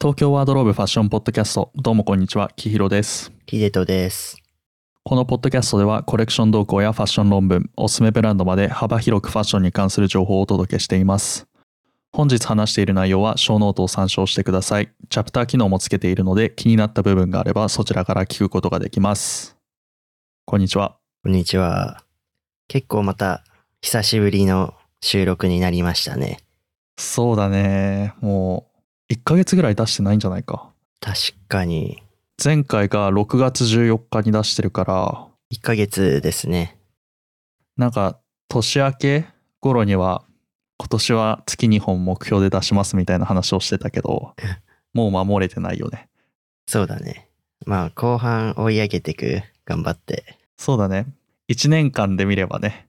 東京ワードローブファッションポッドキャストどうもこんにちはきひろですヒデトです。このポッドキャストではコレクション動向やファッション論文おすすめブランドまで幅広くファッションに関する情報をお届けしています本日話している内容は小ノートを参照してくださいチャプター機能もつけているので気になった部分があればそちらから聞くことができますこんにちはこんにちは。結構また久しぶりの収録になりましたね。そうだねもう1ヶ月ぐらい出してないんじゃないか確かに前回が6月14日に出してるから1ヶ月ですね。なんか年明け頃には今年は月2本目標で出しますみたいな話をしてたけどもう守れてないよねそうだね。まあ後半追い上げてく。頑張って。そうだね1年間で見ればね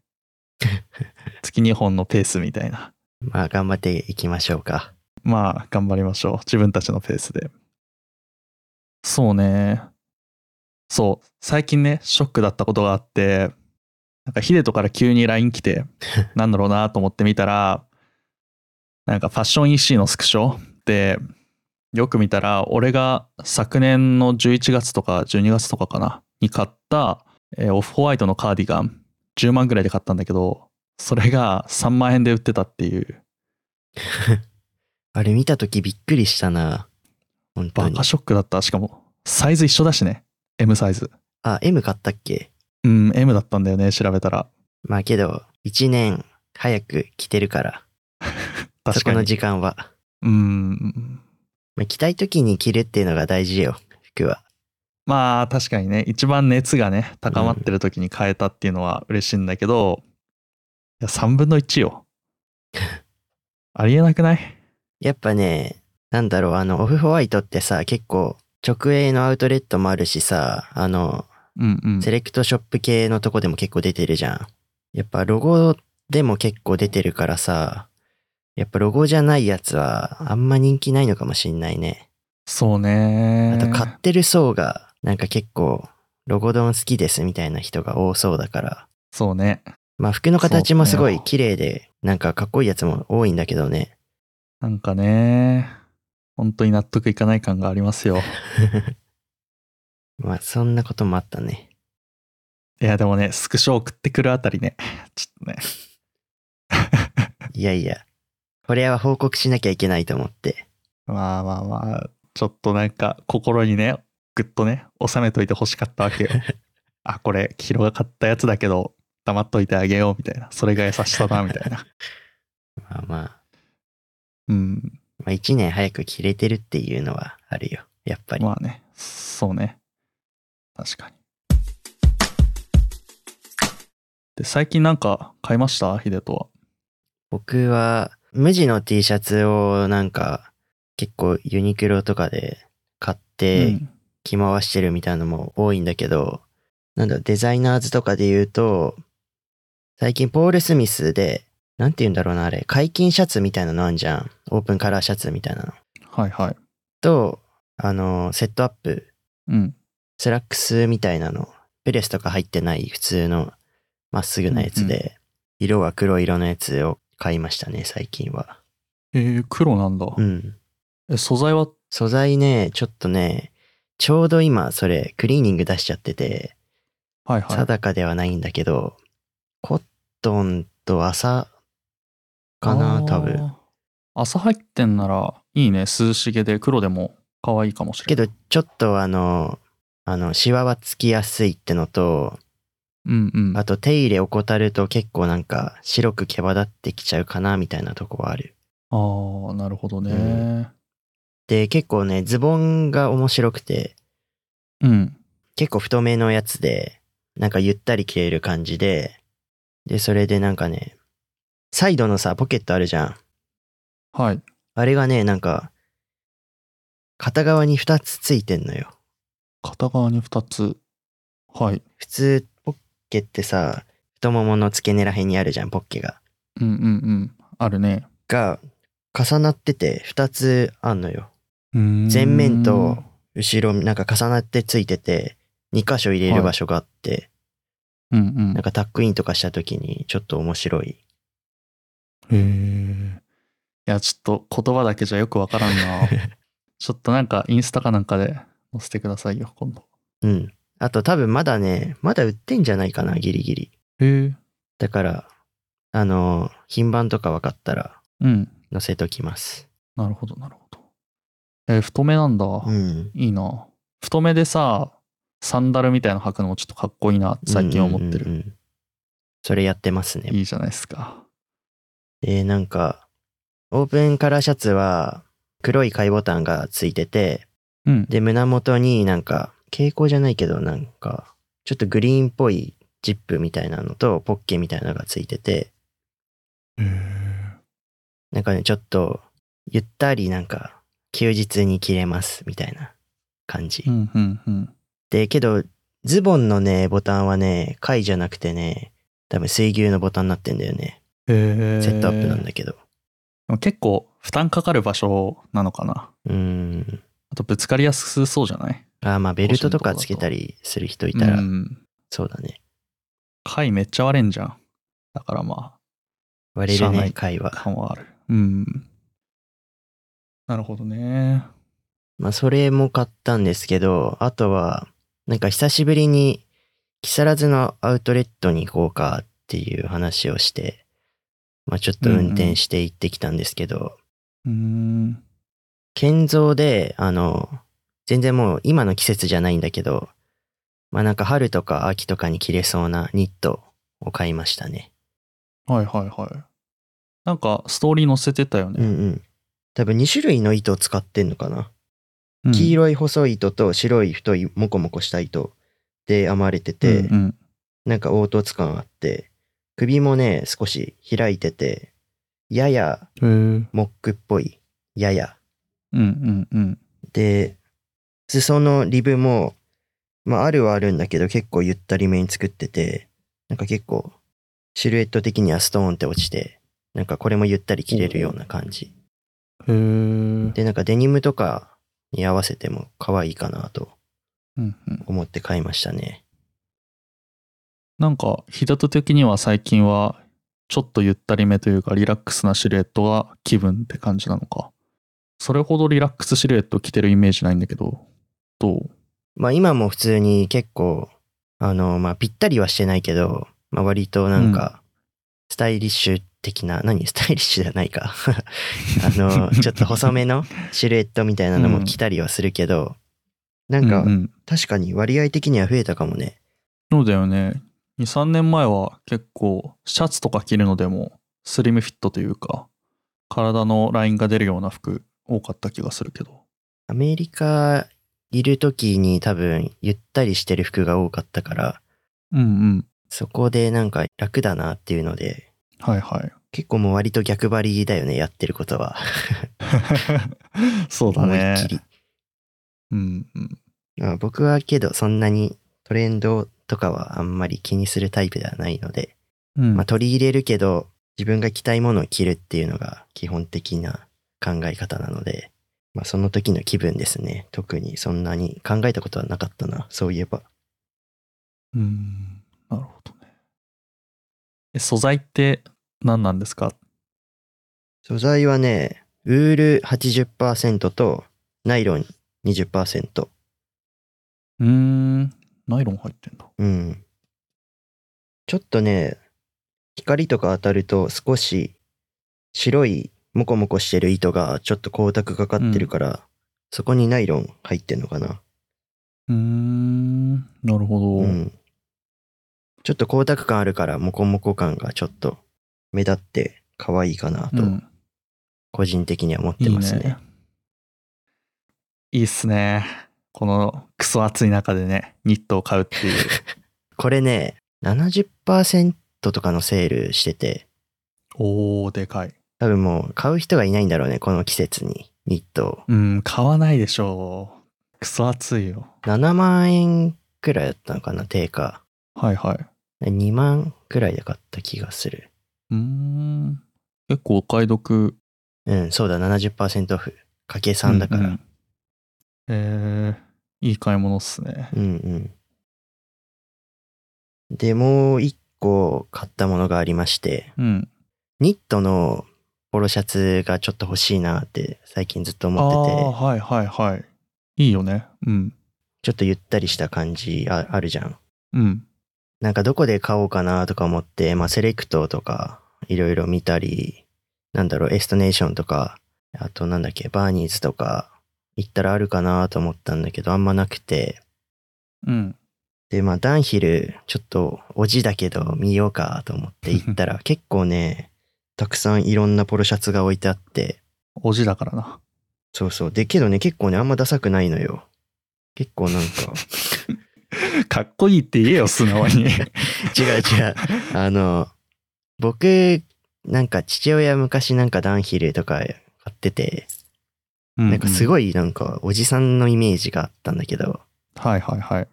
月2本のペースみたいなまあ頑張っていきましょうか。まあ頑張りましょう自分たちのペースでそうねそう最近ねショックだったことがあってなんかヒデトから急に LINE 来 てなんだろうなと思って見たらなんかファッション EC のスクショでよく見たら俺が昨年の11月とか12月とかかなに買った、えーオフホワイトのカーディガン10万ぐらいで買ったんだけどそれが3万円で売ってたっていうあれ見た時びっくりしたな。本当バにカ。ショックだった。しかも、サイズ一緒だしね。M サイズ。あ、M 買ったっけうん、M だったんだよね、調べたら。まあけど1年早く来てるから。そ確こかのに。時間は。うん。まあ、着たい時に着るっていうのが大事よ。服は。まあ、確かにね、一番熱がね、高まってる時に変えたっていうのは嬉しいんだけど、いや、3分の1よ。 ありえなくないやっぱね、なんだろう、あの、オフホワイトってさ、結構、直営のアウトレットもあるしさ、あの、うんうん。セレクトショップ系のとこでも結構出てるじゃん。やっぱロゴでも結構出てるからさ、やっぱロゴじゃないやつは、あんま人気ないのかもしんないね。そうねあ。と、買ってる層が、なんか結構、ロゴドン好きですみたいな人が多そうだから。そうね。まあ、服の形もすごそういね綺麗で、なんかかっこいいやつも多いんだけどね。なんかね、本当に納得いかない感がありますよ。まあ、そんなこともあったね。いや、でもね、スクショ送ってくるあたりね、ちょっとね、いやいや、これは報告しなきゃいけないと思って。まあまあまあ、ちょっとなんか心にね、ぐっとね、収めといて欲しかったわ けよ。あ、これ、キロが買ったやつだけど、黙っといてあげようみたいな。それが優しさだ、みたい な。まあまあ、うん。まあ、1年早く切れてるっていうのはあるよ。やっぱり。まあね、そうね。確かに。で、最近なんか買いましたヒデとは。僕は、無地の T シャツをなんか、結構ユニクロとかで買っうてん着回してるみたいなのも多いんだけど、なんだろう、デザイナーズとかで言うと、最近ポール・スミスで、なんて言うんだろうな、あれ、解禁シャツみたいなのあんじゃん。オープンカラーシャツみたいなの。はいはい。と、あの、セットアップうん。スラックスみたいなの、プレスとか入ってない普通のまっすぐなやつで、色は黒色のやつを買いましたね、最近は。えー、黒なんだ。うん。え、素材は、素材ね、ちょっとね、ちょうど今それクリーニング出しちゃってて、はいはい。定かではないんだけど、コットンと麻かな、多分。あー。朝入ってんなら、いいね。涼しげで、黒でも可愛いかもしれない。けど、ちょっとあの、あの、シワはつきやすいってのと、うんうん。あと手入れ怠ると結構なんか白く毛羽立ってきちゃうかな、みたいなとこはある。ああ、なるほどね。で、結構ね、ズボンが面白くて、うん。結構太めのやつで、なんかゆったり着れる感じで、で、それでなんかね、サイドのさ、ポケットあるじゃん。はい。あれがね、なんか、片側に2つついてんのよ。片側に2つ。はい。普通、ポッケってさ、太ももの付け根ら辺にあるじゃん、ポッケが。うんうんうん。あるね。が、重なってて2つあんのよ。うーん前面と。後ろ、なんか重なってついてて、2箇所入れる場所があって、うんうん。なへんかタックインとかした時にちょっと面白い。 え。いや、ちょっと言葉だけじゃよくわからんな。ちょっとなんかインスタかなんかで載せてくださいよ、今度。うん。あと多分まだね、まだ売ってんじゃないかな、ギリギリ。へえ。だから、あの、品番とか分かったらうん。載せときます。なるほど、なるほど。えー太めなんだ。うん。いいな。太めでさ、サンダルみたいなの履くのもちょっとかっこいいなって最近思ってうんる。うんうんうんそれやってますね。いいじゃないですか。で、なんか、オープンカラーシャツは黒い貝ボタンがついてて、うん。で、胸元になんか、蛍光じゃないけど、なんか、ちょっとグリーンっぽいジップみたいなのとポッケみたいなのがついてて、へえ。なんかね、ちょっと、ゆったりなんか、休日に着れます、みたいな感じ。うんうんうん。で、けど、ズボンのね、ボタンはね、貝じゃなくてね、多分水牛のボタンになってんだよね。へえ。セットアップなんだけど。でも結構負担かかる場所なのかな。うーん。あとぶつかりやすそうじゃないあーまあ、ベルトとかつけたりする人いたら、うん。そうだね。貝めっちゃ割れんじゃん。だからま割れしゃあるなねい、貝あ、は。感はある。うん。なるほどね。まあ、それも買ったんですけど、あとは、なんか久しぶりに、木更津のアウトレットに行こうかっていう話をして、まあ、ちょっと運転して行ってきたんですけど、うーん。建造で、あの、全然もう今の季節じゃないんだけど、まあなんか春とか秋とかに着れそうなニットを買いましたね。はいはいはい。なんかストーリー載せてたようんうね。ん。多分2種類の糸を使ってんのかな。うん黄色い細い糸と白い太いモコモコした糸で編まれてて、うんうんなんか凹凸感あって、首もね、少し開いてて、ややへえうんモックっぽい、ややうんうんで、裾のリブも、まあ、あるはあるんだけど、結構ゆったりめに作ってて、なんか結構、シルエット的にはストーンって落ちて、なんかこれもゆったり着れるような感じ。へえうんで、なんかデニムとかに合わせても可愛いかなとうん思って買いましたね。なんか日立的には最近はちょっとゆったりめというかリラックスなシルエットが気分って感じなのかそれほどリラックスシルエット着てるイメージないんだけどどうまあ今も普通に結構、あの、まあぴったりはしてないけど、まあ割となんか、スタイリッシュ的な、何 スタイリッシュじゃないか。 あ の、ちょっと細めのシルエットみたいなのも着たりはするけど、なんうかん確かに割合的には増えたかもね。そうだよね23年前は結構シャツとか着るのでもスリムフィットというか体のラインが出るような服多かった気がするけどアメリカいる時に多分ゆったりしてる服が多かったから、うんうんそこでなんか楽だなっていうので、はいはい 結構もう割と逆張りだよね、やってることは。そうだね思いっきり。うんうんまあ僕はけどそんなにトレンドとかはあんまり気にするタイプではないので、うんまあ、取り入れるけど自分が着たいものを着るっていうのが基本的な考え方なので、まあ、その時の気分ですね特にそんなに考えたことはなかったなそういえばうんなるほどね。え素材って何なんですか素材はねウール80%とナイロン20%うーん、ナイロン入ってんだ。うんちょっとね光とか当たると少し白いモコモコしてる糸がちょっと光沢がかかってるから、そこにナイロン入ってんのかなうーん、なるほど。うん、ちょっと光沢感あるからモコモコ感がちょっと目立って可愛いかなうとん個人的には思っていいますね,、ね。いいっすね。このクソ暑い中でね、ニットを買うっていう。これね70%とかのセールしてて おー、でかい。多分もう買う人がいないんだろうねこの季節にニットをうん、買わないでしょう。クソ暑いよ。 7万円くらいだったのかな定価はいはい。 2万くらいで買った気がするうーん、結構お買い得うんそうだ70%オフかけ3だから、うんうんえー、いい買い物っすね。うんうん。で、もう一個買ったものがありまして、うん。ニットのポロシャツがちょっと欲しいなって最近ずっとあ思ってあて、はいはいはいいいよねうんちょっとゆったりした感じああるじゃん。うんなんかどこで買おうかなとか思って、まあセレクトとかいろいろ見たり、なんだろう、エストネーションとか、あとなんだっけ、バーニーズとか行ったらあるかなと思ったんだけど、あんまなくて、うんで、まあ、ダンヒル、ちょっと、おじだけど、見ようかと思って行ったら、結構ね、たくさんいろんなポロシャツが置いてあって、おじだからなそうそう。で、けどね、結構ね、あんまダサくないのよ。結構なんか、 かっこいいって言えよ素直 に違う違う。あの、僕、なんか父親昔なんかダンヒルとか買ってて、なんかすいごいなんかおじさんのイメージがあったんだけど、はいはいはい、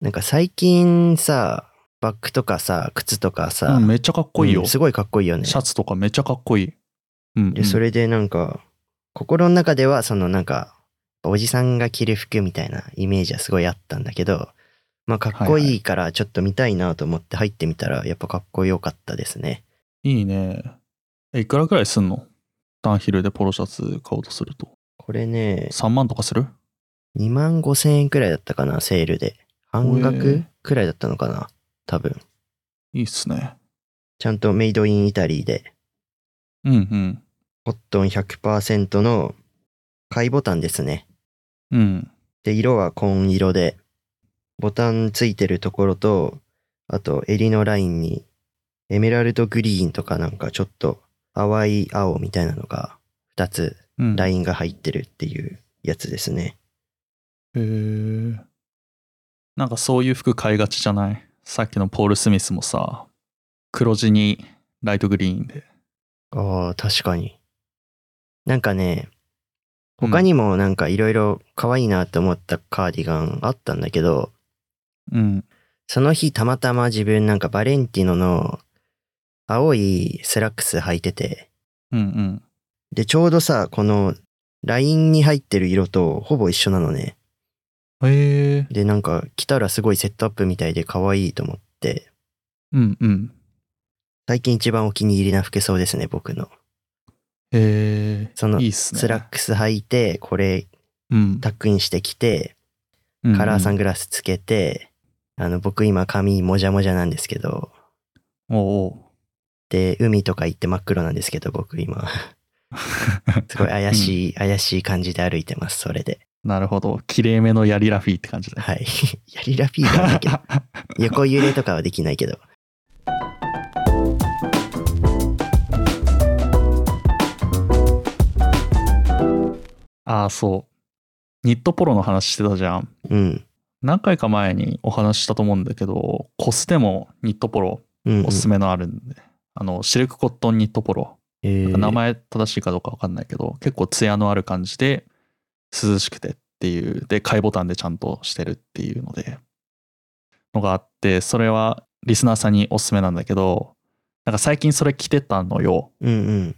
なんか最近さ、バッグとかさ、靴とかさ、うん、めっちゃかっこいいよ、うんすごいかっこいいよね。シャツとかめっちゃかっこいい、うんうんで、それでなんか、心の中では、そのなんか、おじさんが着る服みたいなイメージはすごいあったんだけど、まあ、かっこいいからちょっと見たいなと思って入ってみたら、やっぱかっこよかったですね。いいねえいくらくらいすんのダンヒルでポロシャツ買おうとするとこれね、 3万とかする2万5千円くらいだったかな、セールで。半ほえ額くらいだったのかな、多分。いいっすねちゃんとメイドインイタリーで、うんうんコットン100%の買いボタンですね。うんで、色は紺色で、ボタンついてるところと、あと襟のラインに、エメラルドグリーンとかなんかちょっと淡い青みたいなのが2つうんラインが入ってるっていうやつですね。へえなんかそういう服買いがちじゃないさっきのポール・スミスもさ黒地にライトグリーンでああ、確かに。なんかね、他にもなんかいろいろ可愛いなと思ったカーディガンあったんだけど、うんその日たまたま自分なんかバレンティノの青いスラックス履いてて、うんうんで、ちょうどさ、この、ラインに入ってる色とほぼ一緒なのね。へえで、なんか、着たらすごいセットアップみたいで可愛いと思って、うんうん最近一番お気に入りな服装ですね、僕の。へえそのいいっすねスラックス履いて、これ、うんタックインしてきて、うんカラーサングラスつけて、あの、僕今髪もじゃもじゃなんですけど、うんおうおうで、海とか行って真っ黒なんですけど、僕 今。すごい怪しい、怪しい感じで歩いてます、それで。なるほどきれいめのヤリラフィーって感じだね はい。やりラピーダーだけど、横揺れとかはできないけど。ああそうニットポロの話してたじゃんうん。何回か前にお話ししたと思うんだけどコスでもニットポロうん、うん。おすすめのあるんで、あのシルクコットンニットポロえー名前正しいかどうか分かんないけど結構ツヤのある感じで涼しくてっていうで買いボタンでちゃんとしてるっていうのでのがあってそれはリスナーさんにおすすめなんだけどなんか最近それ着てたのようんうん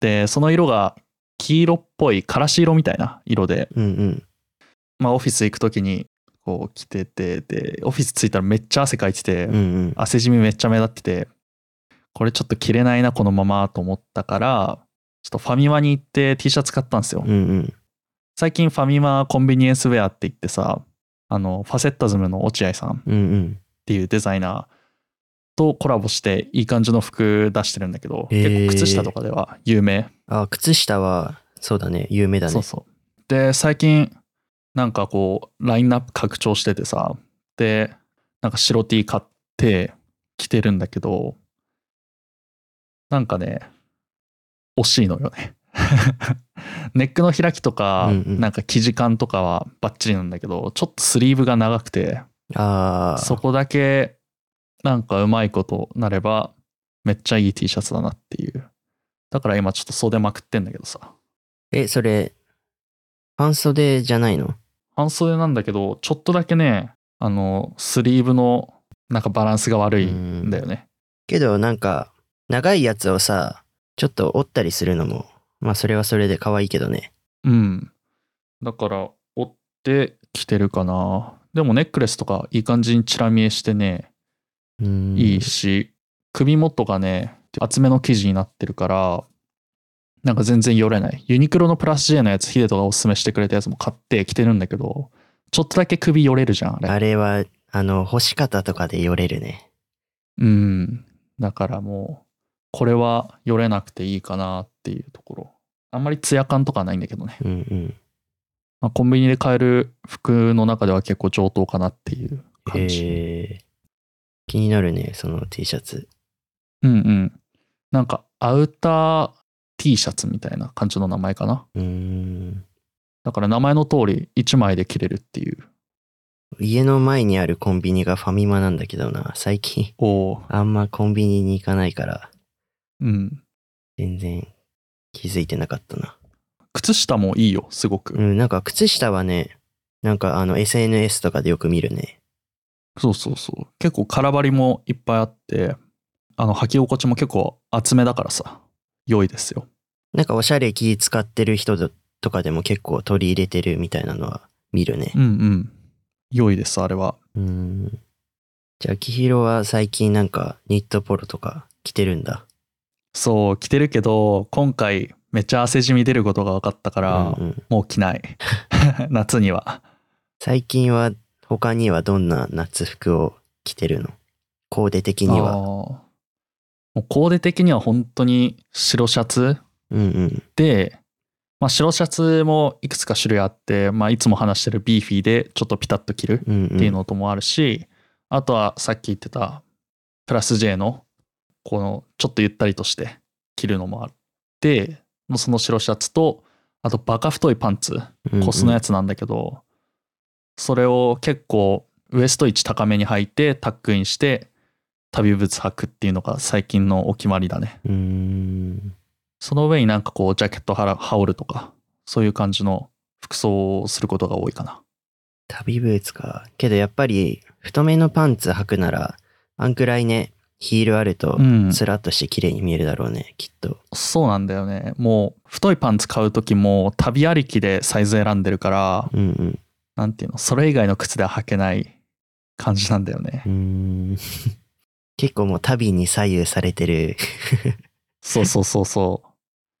でその色が黄色っぽいからし色みたいな色で、うんうんまあ、オフィス行く時にこう着ててでオフィス着いたらめっちゃ汗かいてて、うんうん汗じみめっちゃ目立っててこれちょっと着れないなこのままと思ったからちょっとファミマに行って T シャツ買ったんですよ、うんうん最近ファミマコンビニエンスウェアって言ってさあのファセッタズムの落合さんっうんうんていうデザイナーとコラボしていい感じの服出してるんだけどへー結構靴下とかでは有名あ靴下はそうだね有名だねそうそうで最近なんかこうラインナップ拡張しててさでなんか白 T 買って着てるんだけどなんかね惜しいのよね ネックの開きとか、うんうんなんか生地感とかはバッチリなんだけどちょっとスリーブが長くてああそこだけなんかうまいことなればめっちゃいい T シャツだなっていうだから今ちょっと袖まくってんだけどさえそれ半袖じゃないの半袖なんだけどちょっとだけねあのスリーブのなんかバランスが悪いんだよねけどなんか長いやつをさちょっと折ったりするのもまあそれはそれで可愛いけどねうん、だから折って着てるかなでもネックレスとかいい感じにチラ見えしてねうーんいいし、首元がね厚めの生地になってるからなんか全然よれない。ユニクロのプラス J のやつ、ヒデトがおすすめしてくれたやつも買って着てるんだけど、ちょっとだけ首よれるじゃん、あれ。あれは、あの、干し方とかでよれるね。うん。だからもう、これはよれなくていいかなっていうところ。あんまりツヤ感とかはないんだけどね。うんうん。まあ、コンビニで買える服の中では結構上等かなっていうへ感じ。え気になるね、その T シャツ。うんうん。なんか、アウター T シャツみたいな感じの名前かな。うーん。だから名前の通り1枚で着れるっていう。家の前にあるコンビニがファミマなんだけどな、最近 おお。あんまコンビニに行かないから、うん。全然気づいてなかったな。靴下もいいよ、すごく。うん、なんか靴下はね、なんかあの SNS とかでよく見るね。そうそうそう。結構空張りもいっぱいあって、あの履き心地も結構厚めだからさ、良いですよ。なんかおしゃれ気使ってる人だとかでも結構取り入れてるみたいなのは見るねう。んうん。良いです、あれは。うーん。じゃあ、きひろは最近なんかニットポロとか着てるんだ。そう、着てるけど、今回めっちゃ汗じみ出ることが分かったから、うんうんもう着ない。 夏には。最近は他にはどんな夏服を着てるのコーデ的にあーは。もうコーデ的には本当に白シャツうんうん。で、まあ、白シャツもいくつか種類あって、まあ、いつも話してるビーフィーでちょっとピタッと着るうんうん、っていうのともあるし、あとはさっき言ってたプラス J のこのちょっとゆったりとして着るのもあってもうその白シャツとあとバカ太いパンツうんうんコスのやつなんだけど、それを結構ウエスト位置高めに履いてタックインして旅靴履くっていうのが最近のお決まりだねうーん。その上になんかこうジャケットはら羽織るとかそういう感じの服装をすることが多いかな旅ブーツか。けどやっぱり太めのパンツ履くなら、あんくらいね、ヒールあるとう、んスラッとして綺麗に見えるだろうね、きっと。そうなんだよねもう太いパンツ買う時も旅ありきでサイズ選んでるからうんうん。なんていうのそれ以外の靴では履けない感じなんだよねう ーん結構もう旅に左右されてる。そうそうそうそう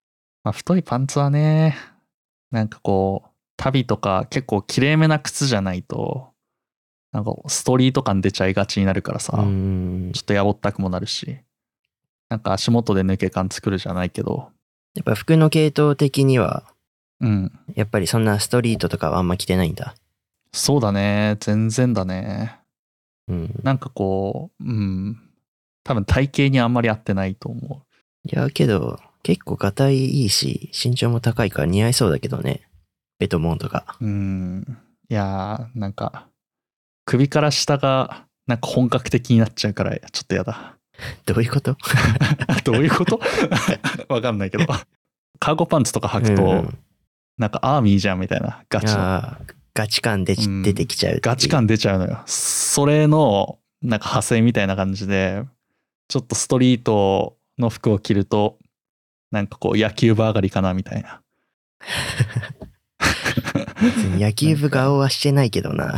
まあ太いパンツはねなんかこう旅とか結構きれいめな靴じゃないとなんかストリート感出ちゃいがちになるからさ、うーんちょっとやぼったくもなるしなんか足元で抜け感作るじゃないけどやっぱ服の系統的には、うんやっぱりそんなストリートとかはあんま着てないんだ。そうだね全然だねうん。なんかこう、うん、多分体型にあんまり合ってないと思いや、けど、結構硬いいいし、身長も高いから似合いそうだけどね。ベトモンとか。う。うん。いやー、なんか、首から下が、なんか本格的になっちゃうから、ちょっとやだ。 どういうことどういうこと わかんないけど。カーゴパンツとか履くと、うんなんかアーミーじゃんみたいな、ガチの。あーガチ感でちうん出てきちゃうっていうガチ。感出ちゃうのよ。それの、なんか派生みたいな感じで、ちょっとストリートの服を着ると、なんかこう野球部上がりかなみたいな。野球部顔はしてないけどな。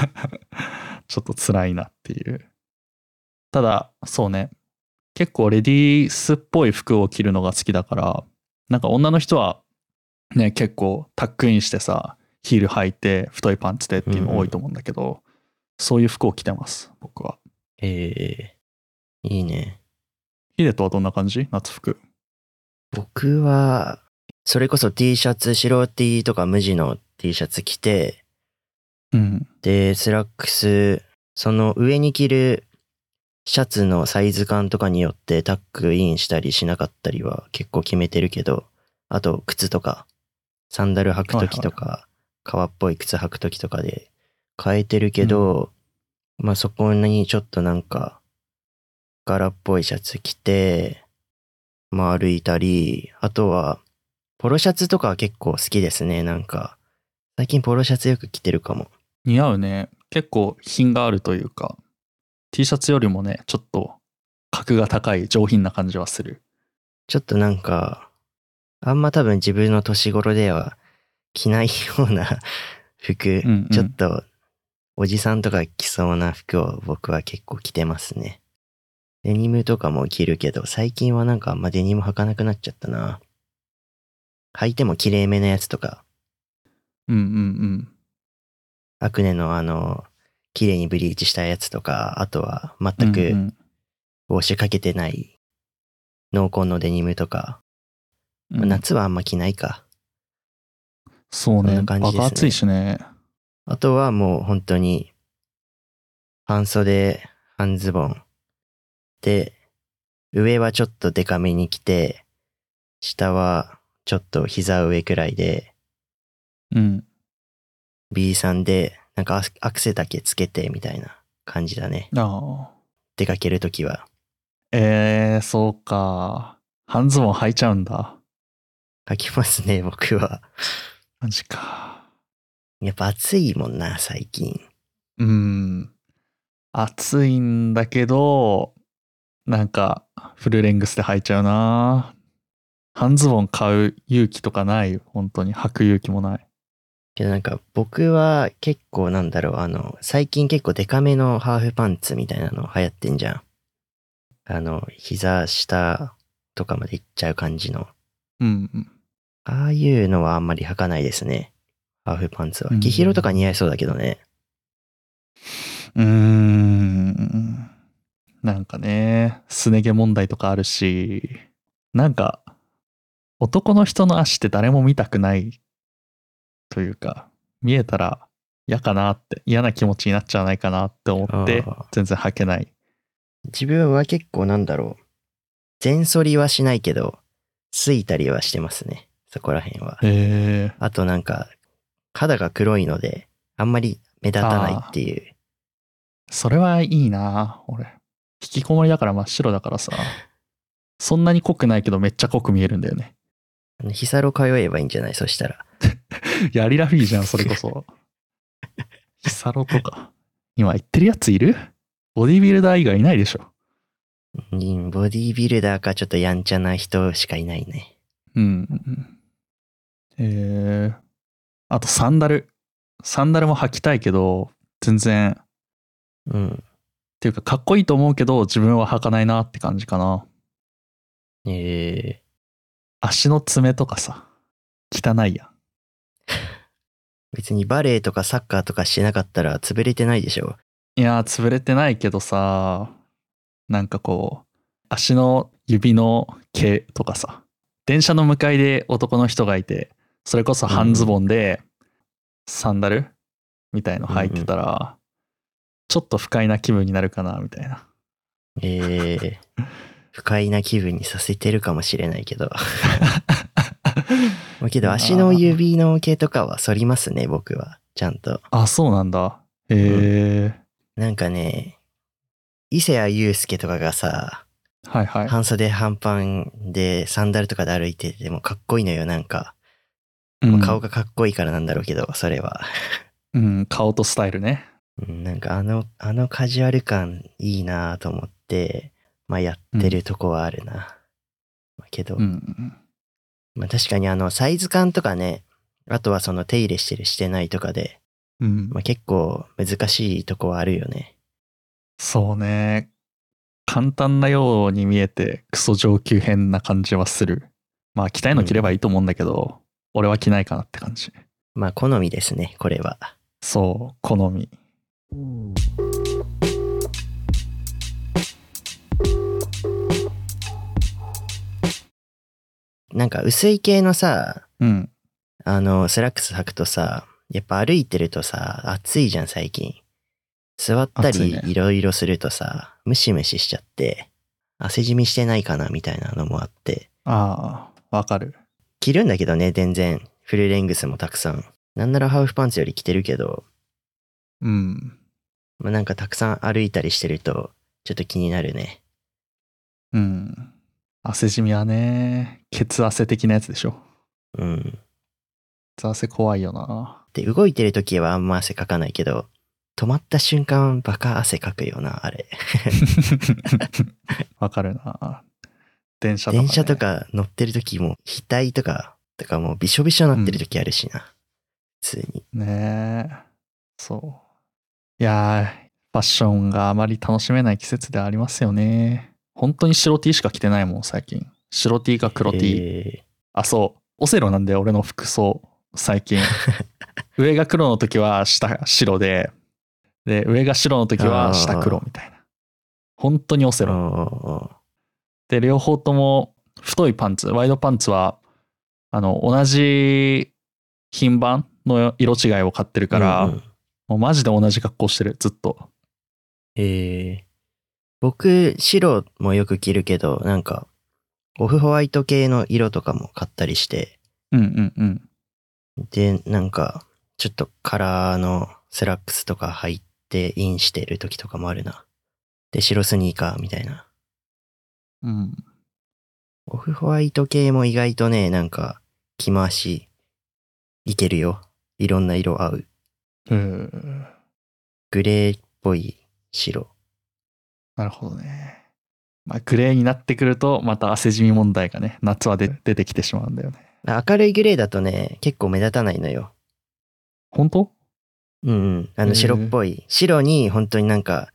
ちょっと辛いなっていう。ただ、そうね。結構レディースっぽい服を着るのが好きだから、なんか女の人はね、結構タックインしてさ、ヒール履いて、太いパンツでっていうの多いと思うんだけど、そういう服を着てます、僕は。ええいいね。ヒデとはどんな感じ夏服。僕は、それこそ T シャツ、白 T とか無地の T シャツ着て、うん。で、スラックス、その上に着るシャツのサイズ感とかによってタックインしたりしなかったりは結構決めてるけど、あと靴とか、サンダル履くときとか、革っぽい靴履くときとかで変えてるけど、まあそこにちょっとなんか、柄っぽいシャツ着て、まあ歩いたり、あとは、ポロシャツとかは結構好きですね、なんか。最近ポロシャツよく着てるかも。似合うね。結構品があるというか、T シャツよりもね、ちょっと格が高い上品な感じはする。ちょっとなんか、あんま多分自分の年頃では着ないような 服、うんうんちょっとおじさんとか着そうな服を僕は結構着てますね。デニムとかも着るけど、最近はなんかあんまデニム履かなくなっちゃったな。履いても綺麗めなやつとか、うんうんアクネのあの、綺麗にブリーチしたやつとか、あとはうん。全うんうくんウォッシュかけてない濃紺のデニムとか、まあうん夏はあんま着ないか。そうそんね。な感じですね爆暑いしね。あとはもう本当に、半袖、半ズボン。で、上はちょっとデカめに着て、下はちょっと膝上くらいで、うん。 B さんで、なんかアクアクセだけつけてみたいな感じだね。ああ。出かけるときは。えー、そうか。半ズボン履いちゃうんだ。履きますね、僕は。マジか。やっぱ暑いもんな、最近。うん。暑いんだけど、なんか、フルレングスで履いちゃうな。半ズボン買う勇気とかない。本当に。履く勇気もない。けどなんか僕は結構なんだろう、あの、最近結構デカめのハーフパンツみたいなの流行ってんじゃん。あの、膝下とかまでいっちゃう感じの。うんうん。ああいうのはあんまり履かないですね。ハーフパンツは。うんギヒロとか似合いそうだけどね。うーん。なんかね、すね毛問題とかあるし、なんか、男の人の足って誰も見たくないというか、見えたら嫌かなって、嫌な気持ちになっちゃわないかなって思ってあー、全然履けない。自分は結構なんだろう。全反りはしないけど、すいたりはしてますね。そこら辺は。えあとなんか、肌が黒いので、あんまり目立たないっていう。ー、それはいいな、俺。引きこもりだから真っ白だからさ、そんなに濃くないけどめっちゃ濃く見えるんだよね。あのヒサロ通えばいいんじゃないそしたら。やりラフィーじゃん、それこそ。ヒサロとか。今言ってるやついるボディビルダー以外いないでしょ。うんボディービルダーかちょっとやんちゃな人しかいないね。うん。えー、あとサンダル。サンダルも履きたいけど、全然、っうん。ていうかかっこいいと思うけど、自分は履かないなって感じかな。え足の爪とかさ、汚いやん。ー、別にバレエとかサッカーとかしてなかったら潰れてないでしょ。いやー、潰れてないけどさ、なんかこう、足の指の毛とかさ、電車の向かいで男の人がいて、それこそ半ズボンで、サンダルみたいの履いてたら、ちょっと不快な気分になるかな、みたい な。えー、不快な気分にさせてるかもしれないけ ど。まあけど足の指の毛とかは反りますね、僕は。ちゃんと。あ、そうなんだ。へえ、なんかね、伊勢谷友介とかがさ、はいはい。半袖半パンでサンダルとかで歩いててもかっこいいのよ、なんか。うん顔がかっこいいからなんだろうけど、それは。うん、顔とスタイルね。うんなんかあの、あのカジュアル感いいなぁと思って、まあやってるとこはあるな。まあけど、うん。まあ確かにあのサイズ感とかね、あとはその手入れしてるしてないとかで、うんまあ、結構難しいとこはあるよね。そうね。簡単なように見えて、クソ上級編な感じはする。まあ、着たいの着ればいいと思うんだけど、俺は着ないかなって感じ。まあ好みですね、これは。そう、好み。なんか薄い系のさ、うん。あの、スラックス履くとさ、やっぱ歩いてるとさ、暑いじゃん最近。座った暑いりねいろいろするとさ、ムシムシしちゃって、汗染みしてないかなみたいなのもあって。ああ、わかる。着るんだけどね、全然。フルレングスもたくさん。なんならハーフパンツより着てるけど、うん。まあ、なんかたくさん歩いたりしてると、ちょっと気になるね。うん。汗染みはね、血汗的なやつでしょ。うん。血汗怖いよ な。で、動いてる時はあんま汗かかないけど、止まった瞬間、バカ汗かくよな、あれ。わかるな。電車とか、電車と。か乗ってる時も、額とか、とかもうびしょびしょなってる時あるしな。普通に。ねえ。そう。いやー、ファッションがあまり楽しめない季節ではありますよね。本当に白 T しか着てないもん、最近。白 T か黒 T。えあ、そう。オセロなんで俺の服装最 近上が黒の時は下白でで上が白の時は下黒みたいな本当にオセロおで両方とも太いパンツワイドパンツはあの同じ品番の色違いを買ってるから、うんうんもうマジで同じ格好してるずっとええ僕、白もよく着るけど、なんか、オフホワイト系の色とかも買ったりして、うんうんうんで、なんか、ちょっとカラーのスラックスとか入ってインしてる時とかもあるな。で、白スニーカーみたいな。うんオフホワイト系も意外とね、なんか、着回し、いけるよ。いろんな色合う。うんグレーっぽい白。なるほどねまあグレーになってくるとまた汗染み問題がね夏はで出てきてしまうんだよね明るいグレーだとね、結構目立たないのよ。本当うんうん。あへのー白っぽい。白に本当になんか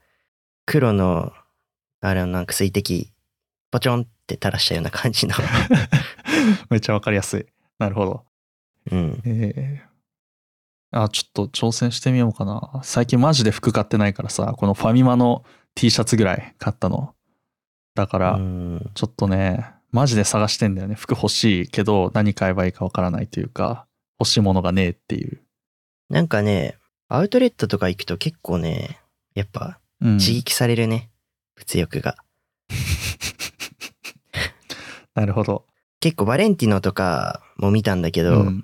黒の、あれのなんか水滴、ポチョンって垂らしたような感 じの。 めっちゃわかりやすいなるほどうん。ええあ、ちょっと挑戦してみようかな。最近マジで服買ってないからさ、このファミマの T シャツぐらい買ったの。だかうら、んちょっとね、マジで探してんだよね。服欲しいけど、何買えばいいかわからないというか、欲しいものがねえっていう。なんかね、アウトレットとか行くと結構ね、やっぱうん、刺激されるね。物欲が。なるほど。結構バレンティノとかも見たんだけうど、ん、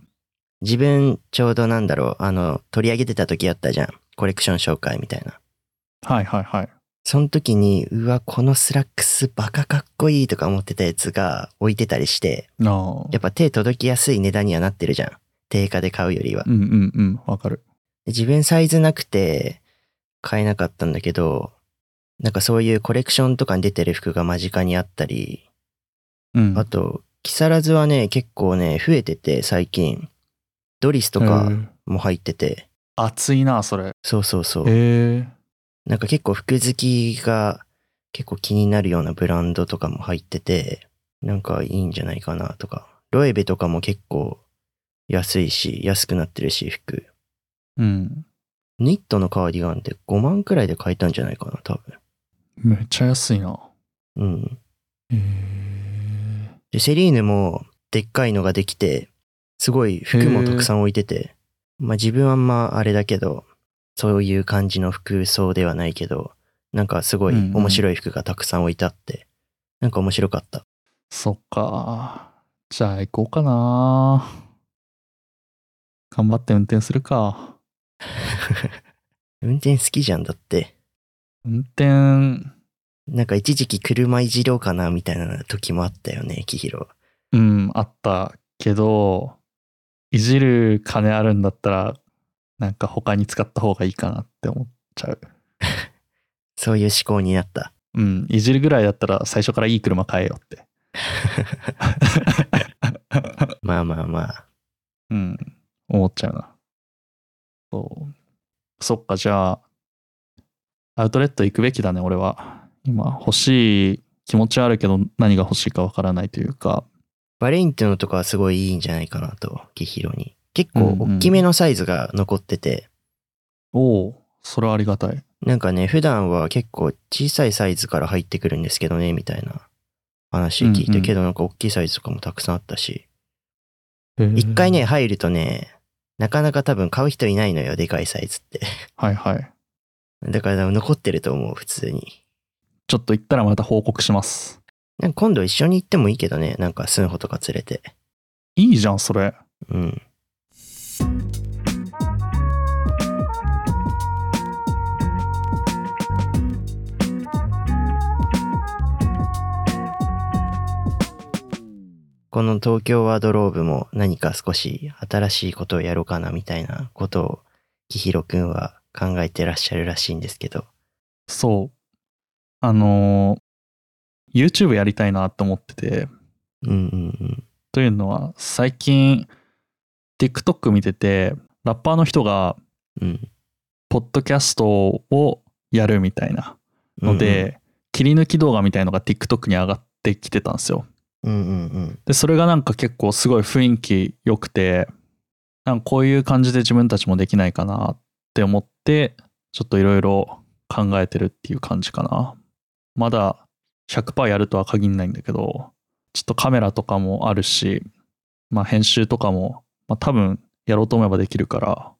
自分ちょうどなんだろう、あの、取り上げてた時あったじゃん。コレクション紹介みたいな。はいはいはい。その時に、うわ、このスラックスバカかっこいいとか思ってたやつが置いてたりして、なあやっぱ手届きやすい値段にはなってるじゃん。定価で買うよりは。でうんうんうん、わかる。自分サイズなくて買えなかったんだけど、なんかそういうコレクションとかに出てる服が間近にあったり、うん。あと、木更津はね、結構ね、増えてて最近。ドリスとへかえも入ってて、熱いな、それ。へそうそうそう。え。なんか結構服好きが結構気になるようなブランドとかも入ってて、なんかいいんじゃないかなとか。ロエベとかも結構安いし、安くなってるし、服。うん。ニットのカーディガンって5万くらいで買えたんじゃないかな、多分。めっちゃ安いな。うん。へえ。で、セリーヌもでっかいのができて、すごい服もたくさん置いてて、まあ自分はあんまあれだけど、そういう感じの服装ではないけど、なんかすごいうんうん面白い服がたくさん置いてあって、なんか面白かった。そっか。じゃあ行こうかな。頑張って運転するか。運転好きじゃんだって。運転、なんか一時期車いじろうかなみたいな時もあったよね、キヒロ。うん、あったけど、いじる金あるんだったら、なんか他に使った方がいいかなって思っちゃう。そういう思考になった。うん、いじるぐらいだったら最初からいい車買えよって。まあまあまあ。うん、思っちゃうな。そう。そっか、じゃあ、アウトレット行くべきだね、俺は。今、欲しい気持ちはあるけど、何が欲しいかわからないというか。バレンティノとかはすごいいいんじゃないかなと、キヒロに。結構大きめのサイズが残ってて、おお、それはありがたい。なんかね、普段は結構小さいサイズから入ってくるんですけどね、みたいな話聞いて、うんうんけどなんか大きいサイズとかもたくさんあったし、一一回。ね、入るとね、なかなか多分買う人いないのよ、でかいサイズって。 はいはい。だから残ってると思う、普通に。ちょっと行ったらまた報告します。なんか今度一緒に行ってもいいけどね、なんかスンホとか連れて。いいじゃん、それ。うん。この東京ワードローブも何か少し新しいことをやろうかなみたいなことをきひろくんは考えてらっしゃるらしいんですけど。そう。あのー YouTube やりたいなと思ってて。うんうんというのは、最近、TikTok 見てて、ラッパーの人が、うん。うん。ポッドキャストをやるみたいなので、切り抜き動画みたいのが TikTok に上がってきてたんですよ。うんうんでそれがなんか結構すごい雰囲気良くてなんかこういう感じで自分たちもできないかなって思ってちょっといろいろ考えてるっていう感じかなまだ100%やるとは限んないんだけどちょっとカメラとかもあるし、まあ、編集とかも、まあ、多分やろうと思えばできるから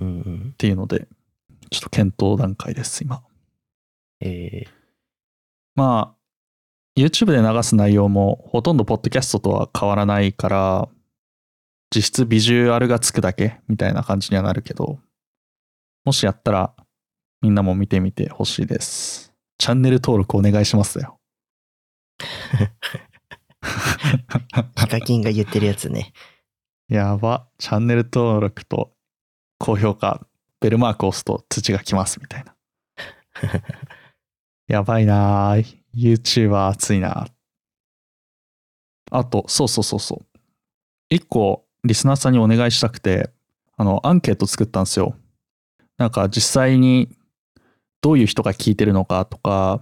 うん。うんうんっ。ていうのでちょっと検討段階です今えまあ YouTube で流す内容もほとんどポッドキャストとは変わらないから実質ビジュアルがつくだけみたいな感じにはなるけどもしやったらみんなも見てみてほしいですチャンネル登録お願いしますだよー、ヒカキンが言ってるやつね。やばチャンネル登録と高評価ベルマーク押すと土が来ますみたいなやばいなー YouTuber 熱いなーあとそうそうそうそう一個リスナーさんにお願いしたくてあのアンケート作ったんですよなんか実際にどういう人が聞いてるのかとか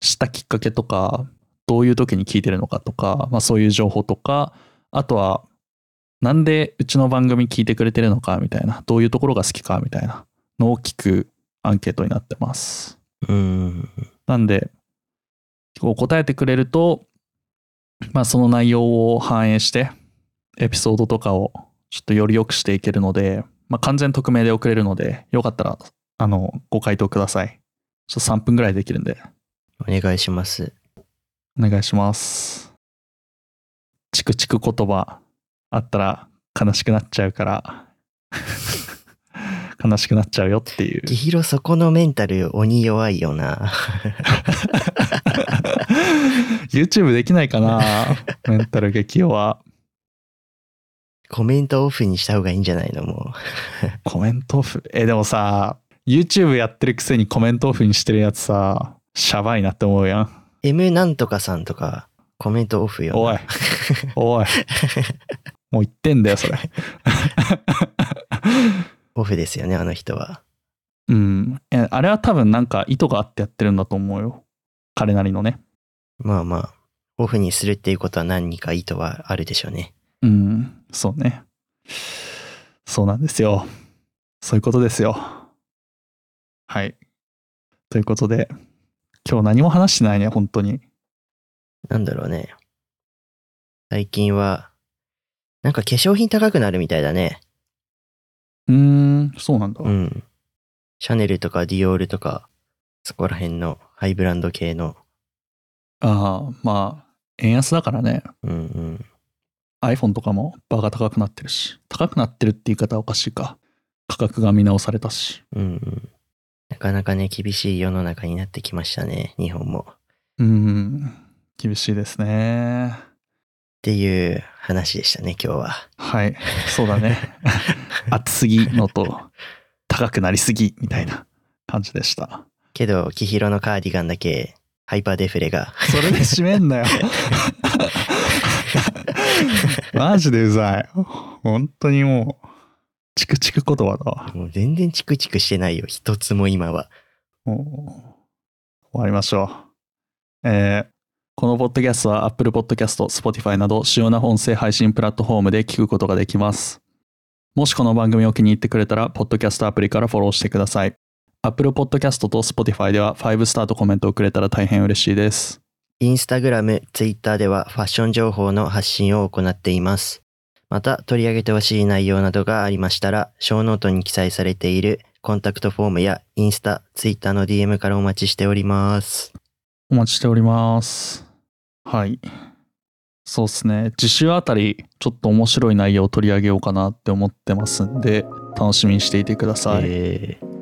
知ったきっかけとかどういう時に聞いてるのかとか、まあ、そういう情報とかあとはなんでうちの番組聞いてくれてるのかみたいな、どういうところが好きかみたいなのを聞くアンケートになってます。うん。なんで、こう答えてくれると、まあその内容を反映して、エピソードとかをちょっとより良くしていけるので、まあ完全匿名で送れるので、よかったら、あの、ご回答ください。ちょっと3分ぐらいできるんで、お願いします。お願いします。チクチク言葉あったら悲しくなっちゃうから、 悲しくなっちゃうよって いう。キヒロそこのメンタル鬼弱いよな。 YouTube できないかなメンタル激弱は。コメントオフにした方がいいんじゃないのもコメントオフ。え、でもさ、YouTube やってるくせにコメントオフにしてるやつさ、シャバいなって思うやん。う。M なんとかさんとかコメントオフよな。おい、おい。もう言ってんだよ、それ。オフですよね、あの人は。うん。えあれは多分なんか意図があってやってるんだと思うよ。彼なりのね。まあまあ、オフにするっていうことは何か意図はあるでしょうね。うん、そうね。そうなんですよ。そういうことですよ。はい。ということで、今日何も話してないね、本当に。なんだろうね。最近は、なんか化粧品高くなるみたいだね。うーん、そうなんだ。うん。シャネルとかディオールとか、そこら辺のハイブランド系の。ああ、まあ、円安だからね。うんうん。 iPhone とかもバカ高くなってるし。高くなってるって言い方はおかしいか。価格が見直されたし。うんうん。なかなかね、厳しい世の中になってきましたね、日本も。っうん、厳しいですね。ていう話でしたね、今日は。はい、そうだね。暑すぎのと、高くなりすぎみたいな感じでした。けど、キヒロのカーディガンだけ、ハイパーデフレが。それで締めんなよ。 マジでうざい。本当にもう、チクチク言葉だわ。もう全然チクチクしてないよ、一つも今は。もう終わりましょう。えーこのポッドキャストは Apple Podcast、Spotify など主要な音声配信プラットフォームで聞くことができます。もしこの番組を気に入ってくれたら、ポッドキャストアプリからフォローしてください。Apple Podcast と Spotify では5スターとコメントをくれたら大変嬉しいです。インスタグラム、ツイッターではファッション情報の発信を行っています。また取り上げてほしい内容などがありましたら、ショーノートに記載されているコンタクトフォームやインスタ、ツイッターの DM からお待ちしております。お待ちしております。はい。そうですね。次週あたり、ちょっと面白い内容を取り上げようかなって思ってますんで、楽しみにしていてください。えー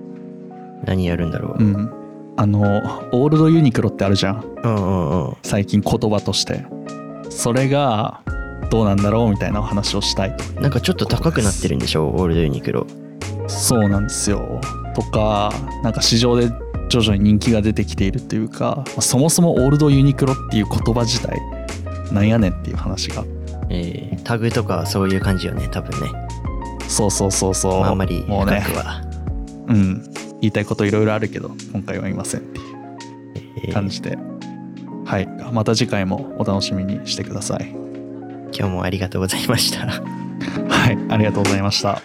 何やるんだろうう。ん。あの、オールドユニクロってあるじゃん。うんうんうん。最近言葉として。それが、どうなんだろうみたいなお話をしたい。なんかちょっと高くなってるんでしょオールドユニクロ。そうなんですよ。とか、なんか市場で徐々に人気が出てきているというか、そもそもオールドユニクロっていう言葉自体、なんやねんっていう話がえータグとかそういう感じよね、多分ね。そうそうそうそう。まあ、あんまりも高うくね、は。うん。言いたいこといろいろあるけど、今回は言いませんっていうえー感じで。はい。また次回もお楽しみにしてください。今日もありがとうございました。はい。ありがとうございました。